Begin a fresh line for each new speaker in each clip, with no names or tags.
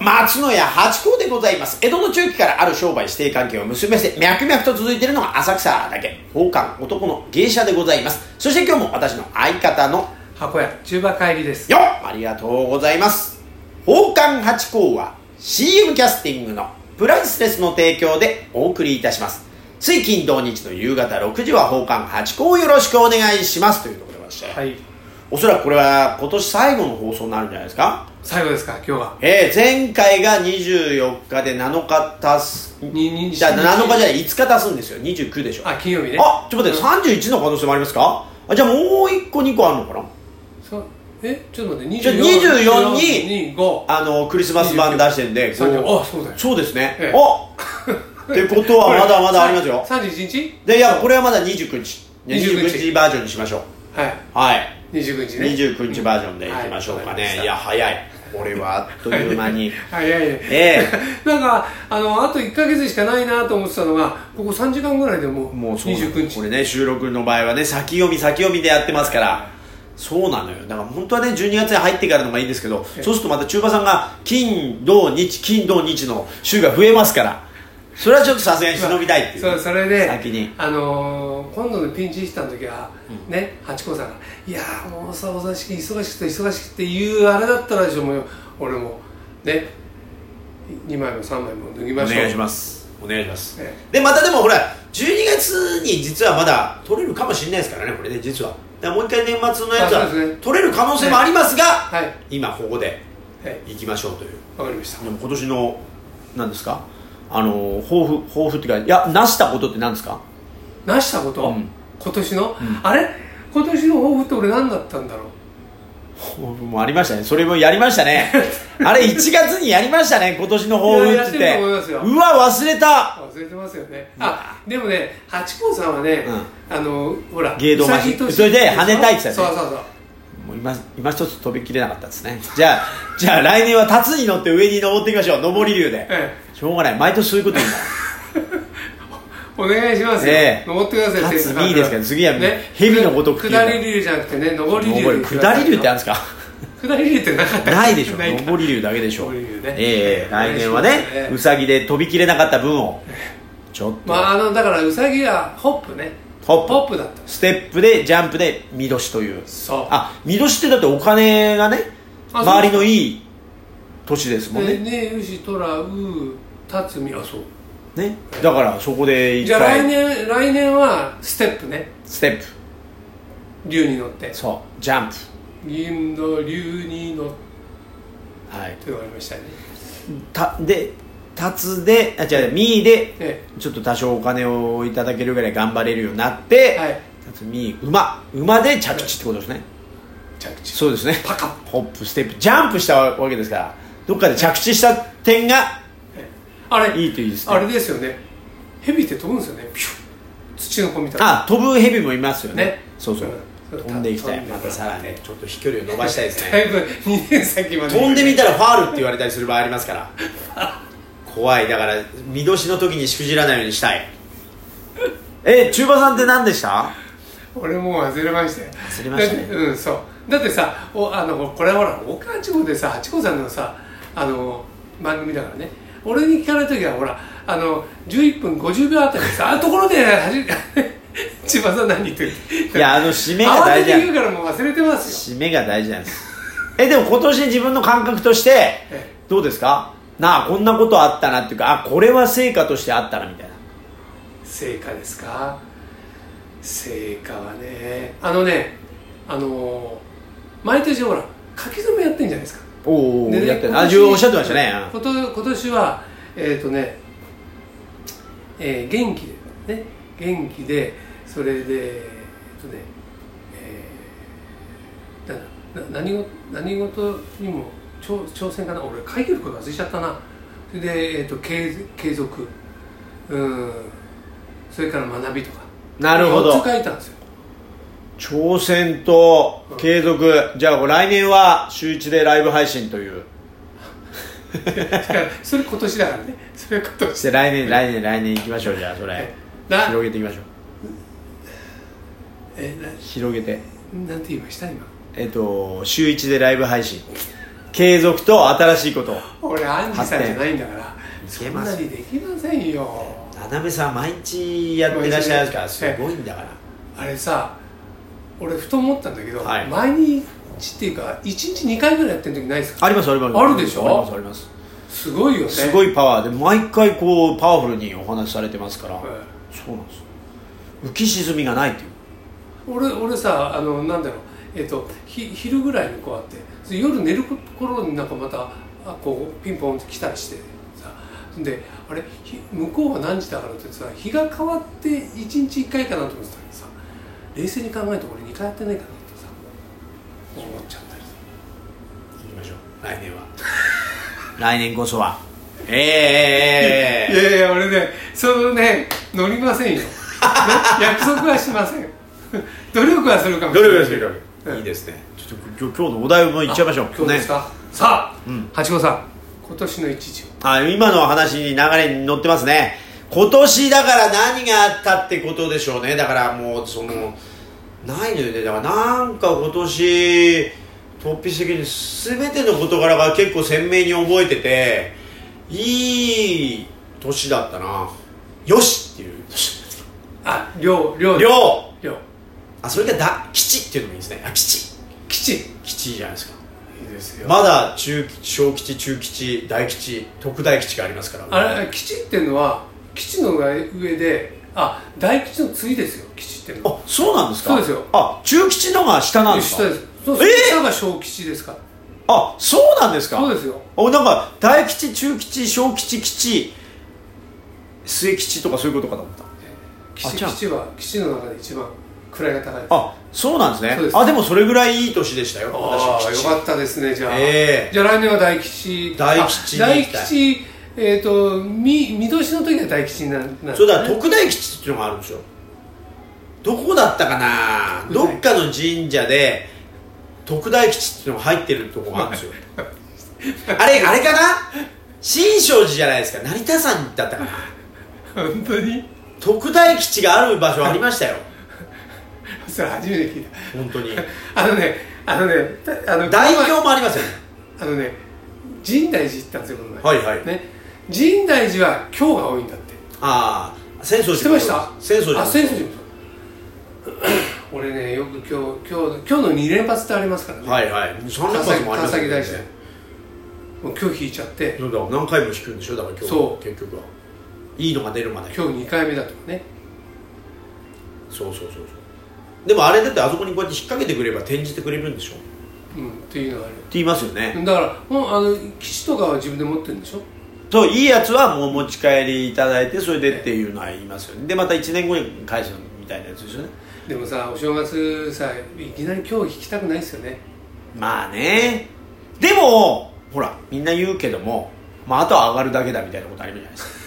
松野屋八甲でございます。江戸の中期からある商売指定関係を結びまして、脈々と続いているのが浅草だけ、宝冠男の芸者でございます。そして今日も私の相方の
箱屋中馬帰りです
よっありがとうございます宝冠八甲は CM キャスティングのプライスレスの提供でお送りいたします水金土日の夕方6時は宝冠八甲をよろしくお願いしますというところでございまして、
はい
おそらくこれは今年最後の放送になるんじゃないですか
最後ですか今日は
えー、前回が24日で7日足す
にに
じゃあ7日じゃない5日足すんですよ29でしょ
あ金曜日ね
あちょっと待って31の可能性もありますかあじゃあもう1個2個あるのかな
そえちょっと待って
じゃあ24
24
に
に5
あのクリスマス版出してんで
29
こ
あそうだよ
そうですね、
ええ
おってことはまだまだありますよ
31日
でいやこれはまだ29日ね
29
29日バージョンにしましょう
はい
はい
29日ね
29日バージョンでいきましょうかね、
はい
い、や早いこれはあっという間に
あいやいや
え
なんかあのあと1か月しかないなと思ってたのがここ3時間ぐらいでもう
もうそうなの
29日
これね収録の場合はね先読み先読みでやってますからそうなのよだから本当はね12月に入ってからのがいいんですけどそうするとまた中馬さんが金土日金土日の週が増えますからそれはちょっとさすがに忍びたいっていう
そうそれで
先に
あのー今度のピンチヒッターの時は、ねハチ公さんが「いやーもうさお座敷忙しくて忙しくて」言うあれだったらでしょもう俺もね2枚も3枚も脱ぎま
お
しょう
願いしますお願いします、
え
でまたでもほら12月に実はまだ取れるかもしれないですからねこれね実はだからもう一回年末のやつは
あそうですね
取れる可能性もありますが、
はいはい
今ここで
はい
行きましょうという
わかりました
でも今年の何ですかあの抱負抱負っていうかいや成したことって何ですか
なしたこと、
うん
今年の、あれ今年の抱負って俺何だったんだろう
抱負もありましたねそれもやりました ねあれ1月にやりましたね今年の抱負
い
っ
や
つって
やってると思いますよ
うわ忘れた
忘れてますよねあでもねハチ公さんはね、あのほら
芸道マシン
うさぎと
それで跳ねたいって言ってた
そう
よね
そうそう
もう今今一つ飛びきれなかったですねじゃあじゃあ来年は立つに乗って上に登っていきましょう上り竜で、
え
しょうがない毎年そういうこと言うんだ
お願いしますよ、
ええ
登ってください
立つ
先生
いいですけど次は
ね
蛇のごとくっていうか
下り竜じゃなくてね上り
上
竜
り下り竜ってあるんで すか
下り竜ってなかった
ないでしょ
ないか
上り竜だけでしょう、
上り竜ね
ええ来年はね
お願いしますね
うさぎで飛びきれなかった分をちょっと、
まああのだからウサギはホップね
ホップ
ホップだった
ステップでジャンプで見年という
そう
あ見年ってだってお金がね
あ
周りのいい年ですもん
で
ね
ねうしとらうたつみあそう
ねだからそこでい
じ
っ
ゃあ
ぱ
来
い
年来年はステップね
ステップ
竜に乗って
そうジャンプ
銀の竜に乗っ
はい
て乗りましたね
たで立つであ違うミーで
え
ちょっと多少お金をいただけるぐらい頑張れるようになって、
えはい
立つミー馬馬で着地ってことですね
着地
そうですね
パカッ
ホップステップジャンプしたわけですからどっかで着地した点が
あれ
いいといいですね
あれですよね蛇って飛ぶんですよねピュッ土の子みたいな
あ飛ぶヘビもいますよね
ね
そうそう、
うん
飛んでいきたい
飛んで
またさらにねちょっと飛距離を伸ばしたいです
だ
ね
いぶ2年先まで
飛んでみたらファールって言われたりする場合ありますから怖いだから見年の時にしくじらないようにしたいえ中馬さんって何でした
俺もう忘れましたよ
忘れましたね
だってうんそうだってさおあのこれはほら大川八号でさ八号さんのさあの番組だからね俺に聞かれた時はほらあの11分50秒あたりでさあところではじ 千葉さん何言ってる
いやあの締めが
慌
大
て
事
て
なん
言うからもう忘れてますよ
締めが大事なん ですえでも今年自分の感覚として
え
どうですかなあこんなことあったなっていうかあこれは成果としてあったなみたいな
成果ですか成果はねあのねあの毎年ほら書き初めやってんじゃないですか
おお、
でね
やってる
今
あ
年
自分おっしゃってましたねうん
こと今年はえっ、とね、えー元気でね元気でそれでえっ、とね、えーなんだな何事何事にも挑挑戦かな俺会議力が忘れちゃったなそれで、えー、と継継続うんそれから学びとか
なるほど
4つ書いたんですよ
挑戦と継続、じゃあ来年は週1でライブ配信という
だからそれ今年だからねそれは今
そ
年
して来年来年来年行きましょうじゃあそ
はい
れ
な
広げていきましょう
え
広げて
ななんて言いました今
えっと週1でライブ配信継続と新しいこと
あ俺アンジさんじゃないんだから
い
そ
け
ん
ま
な
す
にできませんよ
斜めさん毎日やってらっしゃるからす
ええ
ごいんだから
あれさ俺ふと思ったんだけど、
はい
毎日っていうか1日2回ぐらいやってる時ないですか
ありますあります
あるでしょ
ありますあります
すごいよね
すご
い、
いパワーで毎回こうパワフルにお話しされてますから、
うん
そうなんです浮き沈みがないっていう
俺俺さあのなんだろうえっ、とひ昼ぐらいにこうあってそれ夜寝る頃になんかまたあこうピンポンって来たりしてさであれひ向こうは何時だからってさ日が変わって1日1回かなと思ってたけどさ冷静に考えて俺2回やってないかなってさ思っちゃったりさ
行きましょう来年は 来年こそはええええええ
いやいや俺ねそのね乗りませんよね約束はしません努力はするかもしれないうん
いいですねちょっと今日今日のお題もいっちゃいましょう
今日です
ね
か、さあ、
うん
八五さん今年の一時を
あ今の話に流れに乗ってますね今年だから何があったってことでしょうねだからもうそのないのよねだからなんか今年突飛的に全ての事柄が結構鮮明に覚えてていい年だったなよしっていう年
あ量量
量
量
あそれがだ吉っていうのもいいですねあ吉
吉い
吉じゃないですか
いですよ、
まだ中吉小吉中吉大吉特大吉がありますから
あれ吉っていうのは吉の上上であ大吉の次ですよ吉っていうのは
あそうなんですか
そうですよ
あ中吉のが下なんですか
下ですそう
えー
下が小吉ですから
あそうなんですか
そうですよ
おなんか大吉中吉小吉吉末吉とかそういうことかと思った
吉
じゃあ
吉は吉の中で一番位が高いです
あそうなんですね
そうです
あでもそれぐらいいい年でしたよ
ああよ
っ
かったですねじゃあ、
ええ
じゃあ来年は大吉
大吉に
あ大
行きたい
吉えっ、とみ見年の時は大吉になるんだね
そうだ特大吉っていうのがあるんですよどこだったかなどっかの神社で特大吉っていうのが入ってるとこがあるんですよあれあれかな新勝寺じゃないですか成田山だったかな
本当に
特大基地がある場所ありましたよ
それ初めて聞い
本当に
た あのねあのねたあの
大
この前
表もありますよね
あのね神代寺行ったんですよこの前
はいはい
ね神代寺は今日が多いんだって
ああ浅草寺
知ってました
浅草寺
あ浅草寺もそう俺ねよく今日今日今日の2連発ってありますからね
はいはい3連発もありま
川
すよ
崎大師
ね
もう今日引いちゃって
そうだ何回も弾くんでしょだから今日
そう
結局はいいのが出るまで
今日2回目だとかね
そうそうそうそうでもあれだってあそこにこうやって引っ掛けてくれば転じてくれるんでしょって
うんっていうのがある
言いますよね、
だからもうあの岸とかは自分で持ってるんでしょ
そういいやつはもう持ち帰りいただいてそれでっていうのは言いますよねでまた1年後に返すみたいなやつですよね
でもさお正月さいきなり今日引きたくないですよね
まあねでもほらみんな言うけども、まあ、あとは上がるだけだみたいなことありますじゃないですか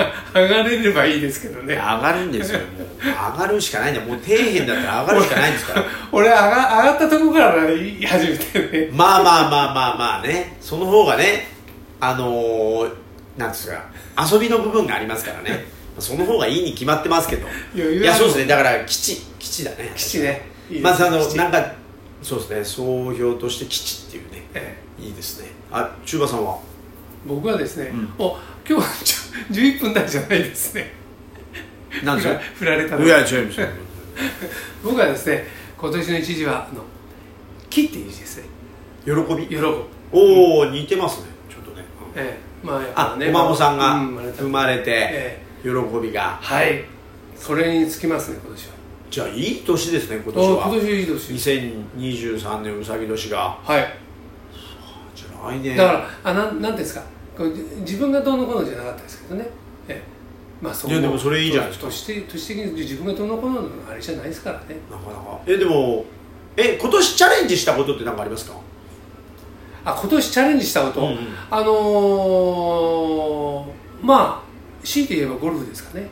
そうですよ
上がれればいいですけどね
上がるんですよもう上がるしかないんだよもう底辺だったら上がるしかないんですから
俺上が上がったとこから言い始めてね
まあまあまあまあまあねその方がねあのー、なんですか遊びの部分がありますから ねその方がいいに決まってますけど
いやいや
そうですねだから基地基地だね
岸ねいいですね
まずあの
吉
なんかそうですね総評として基地っていうね
え
いいですねあ中馬さんは
え僕はですね、
ん
お今日はちょ11分台じゃないですね
なんですか
振られたの
いや違いますよ
僕はですね今年の一時はあの「木」っていう字ですね
喜
喜
び
ぶ、
おお似てますねちょっとね
ええまあやっ
あ
ぱね
お孫さんが
う
生まれて
え
喜びが
はいそれにつきますね今年は
じゃあいい年ですね今年
お今
は
年いい年
2023年うさぎ年が
はい
じゃあ来年
だから、あなんなんていうんですかこうじ自分がどうのこうのじゃなかったですけどね、ええまあ、そ
いやでもそれいいじゃないですか
年的年的に自分がどうのこうののあれじゃないですからね
なかなかえでもえ今年チャレンジしたことって何かありますか
あ今年チャレンジしたこと、
うんうん
あのーまあ強いて言えばゴルフですかね、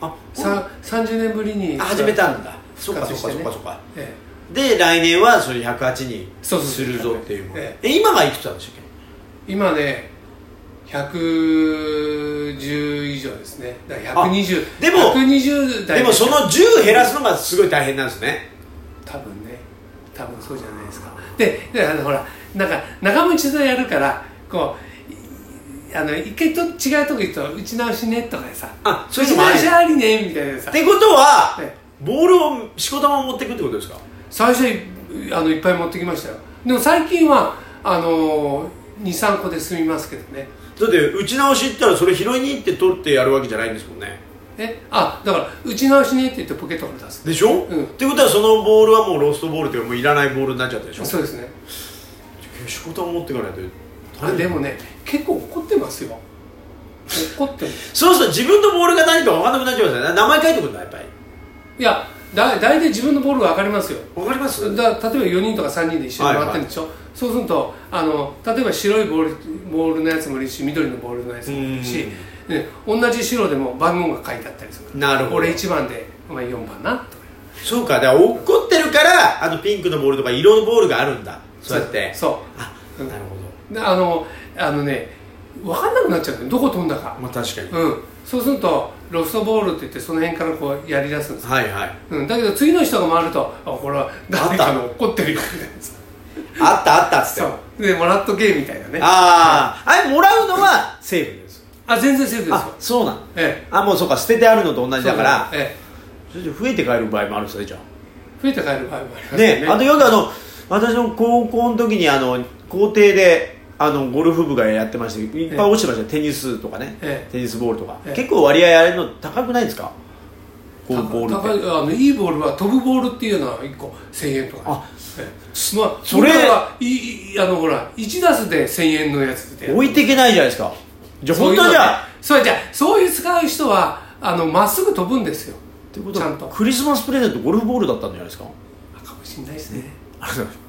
あ
さ30年ぶりに
あ始めたんだそ
復
っかそっ
活して
かそ
ね
っかそっか
え
で来年はそれ108に
そうそう
するぞっていう
え
え今がいくつなんでしたっ
え今ね110以上ですねだから120
あでも
120
け
台
でもその10減らすのがすごい大変なんですね
多分ね多分そうじゃないですかでであのほらなんか仲間一度やるからこうあの一回と違うとこ行くと打ち直しねとかでさ
あそう
打
いうのも
ち
あ
直
り
しありねみたいなさ
ってことは、
ええ
ボールをしこ玉を持っていくってことですか
最初いあのいっぱい持ってきましたよでも最近はあの23個で済みますけどね
だって打ち直し行ったらそれ拾いに行って取ってやるわけじゃないんですもんね
えあだから打ち直しねって言ってポケットから出す
でしょ、
うん
ってことはそのボールはもうロストボールというかもういらないボールになっちゃったでしょ
そうですね
しこ玉持っていかないと
あでもね結構怒ってますよ怒ってる
そうすると自分のボールが何か分かんなくなっちゃいますよね名前書いてくんないやっぱり
いやだ大体自分のボールが分かりますよ
分かります
だ例えば4人とか3人で一緒に回ってるんでしょ、そうするとあの例えば白いボールボールのやつもいるし緑のボールのやつもいるし、ね、同じ白でも番号が書いてあったりする
なるほど
俺1番でお前4番なとか
そうかだから怒ってるからあのピンクのボールとか色のボールがあるんだそうやって
そ
あ
う、うん
なるほ
であのあのね分かんなくなっちゃうんだよどこ飛んだか
ど、まあ確かに
うん、そうするとロストボールって言ってその辺からこうやりだすんですよ、
はいはい
うん、だけど次の人が回るとあこれは誰かの怒ってるよみたいなさ
あったあったっつって
そうでもらっとけみたいなね
あああれもらうのはセーフです
あ全然セーフですよ
あそうなの
ええ
あもうそうか捨ててあるのと同じだから
そうそうえ
それで増えて帰る場合もあるんですねじゃ
え増えて帰る場合もあります
あ
よ
ね
ね
あとよくあの私の高校の時にあの校庭であのゴルフ部がやってましていっぱい落ちてましたよテニスとかね、
ええ
テニスボールとか、
ええ
結構割合あれの高くないですかこう
高
ボー
高
ル
い
って
あのいいボールは飛ぶボールっていうのは1個1000円とか
あ
ええまあ
それ
僕らはいいいあのほら1打数で1000円のやつで
置いていけないじゃないですかじゃあ
そ
本
ういうの
当
ね
はじゃあ
そうじゃあそういう使う人はあのまっすぐ飛ぶんですよ
ってこと
ちゃ
は
んと
クリスマスプレゼントゴルフボールだったんじゃないですか
あかもしれないですね
ありがとうございます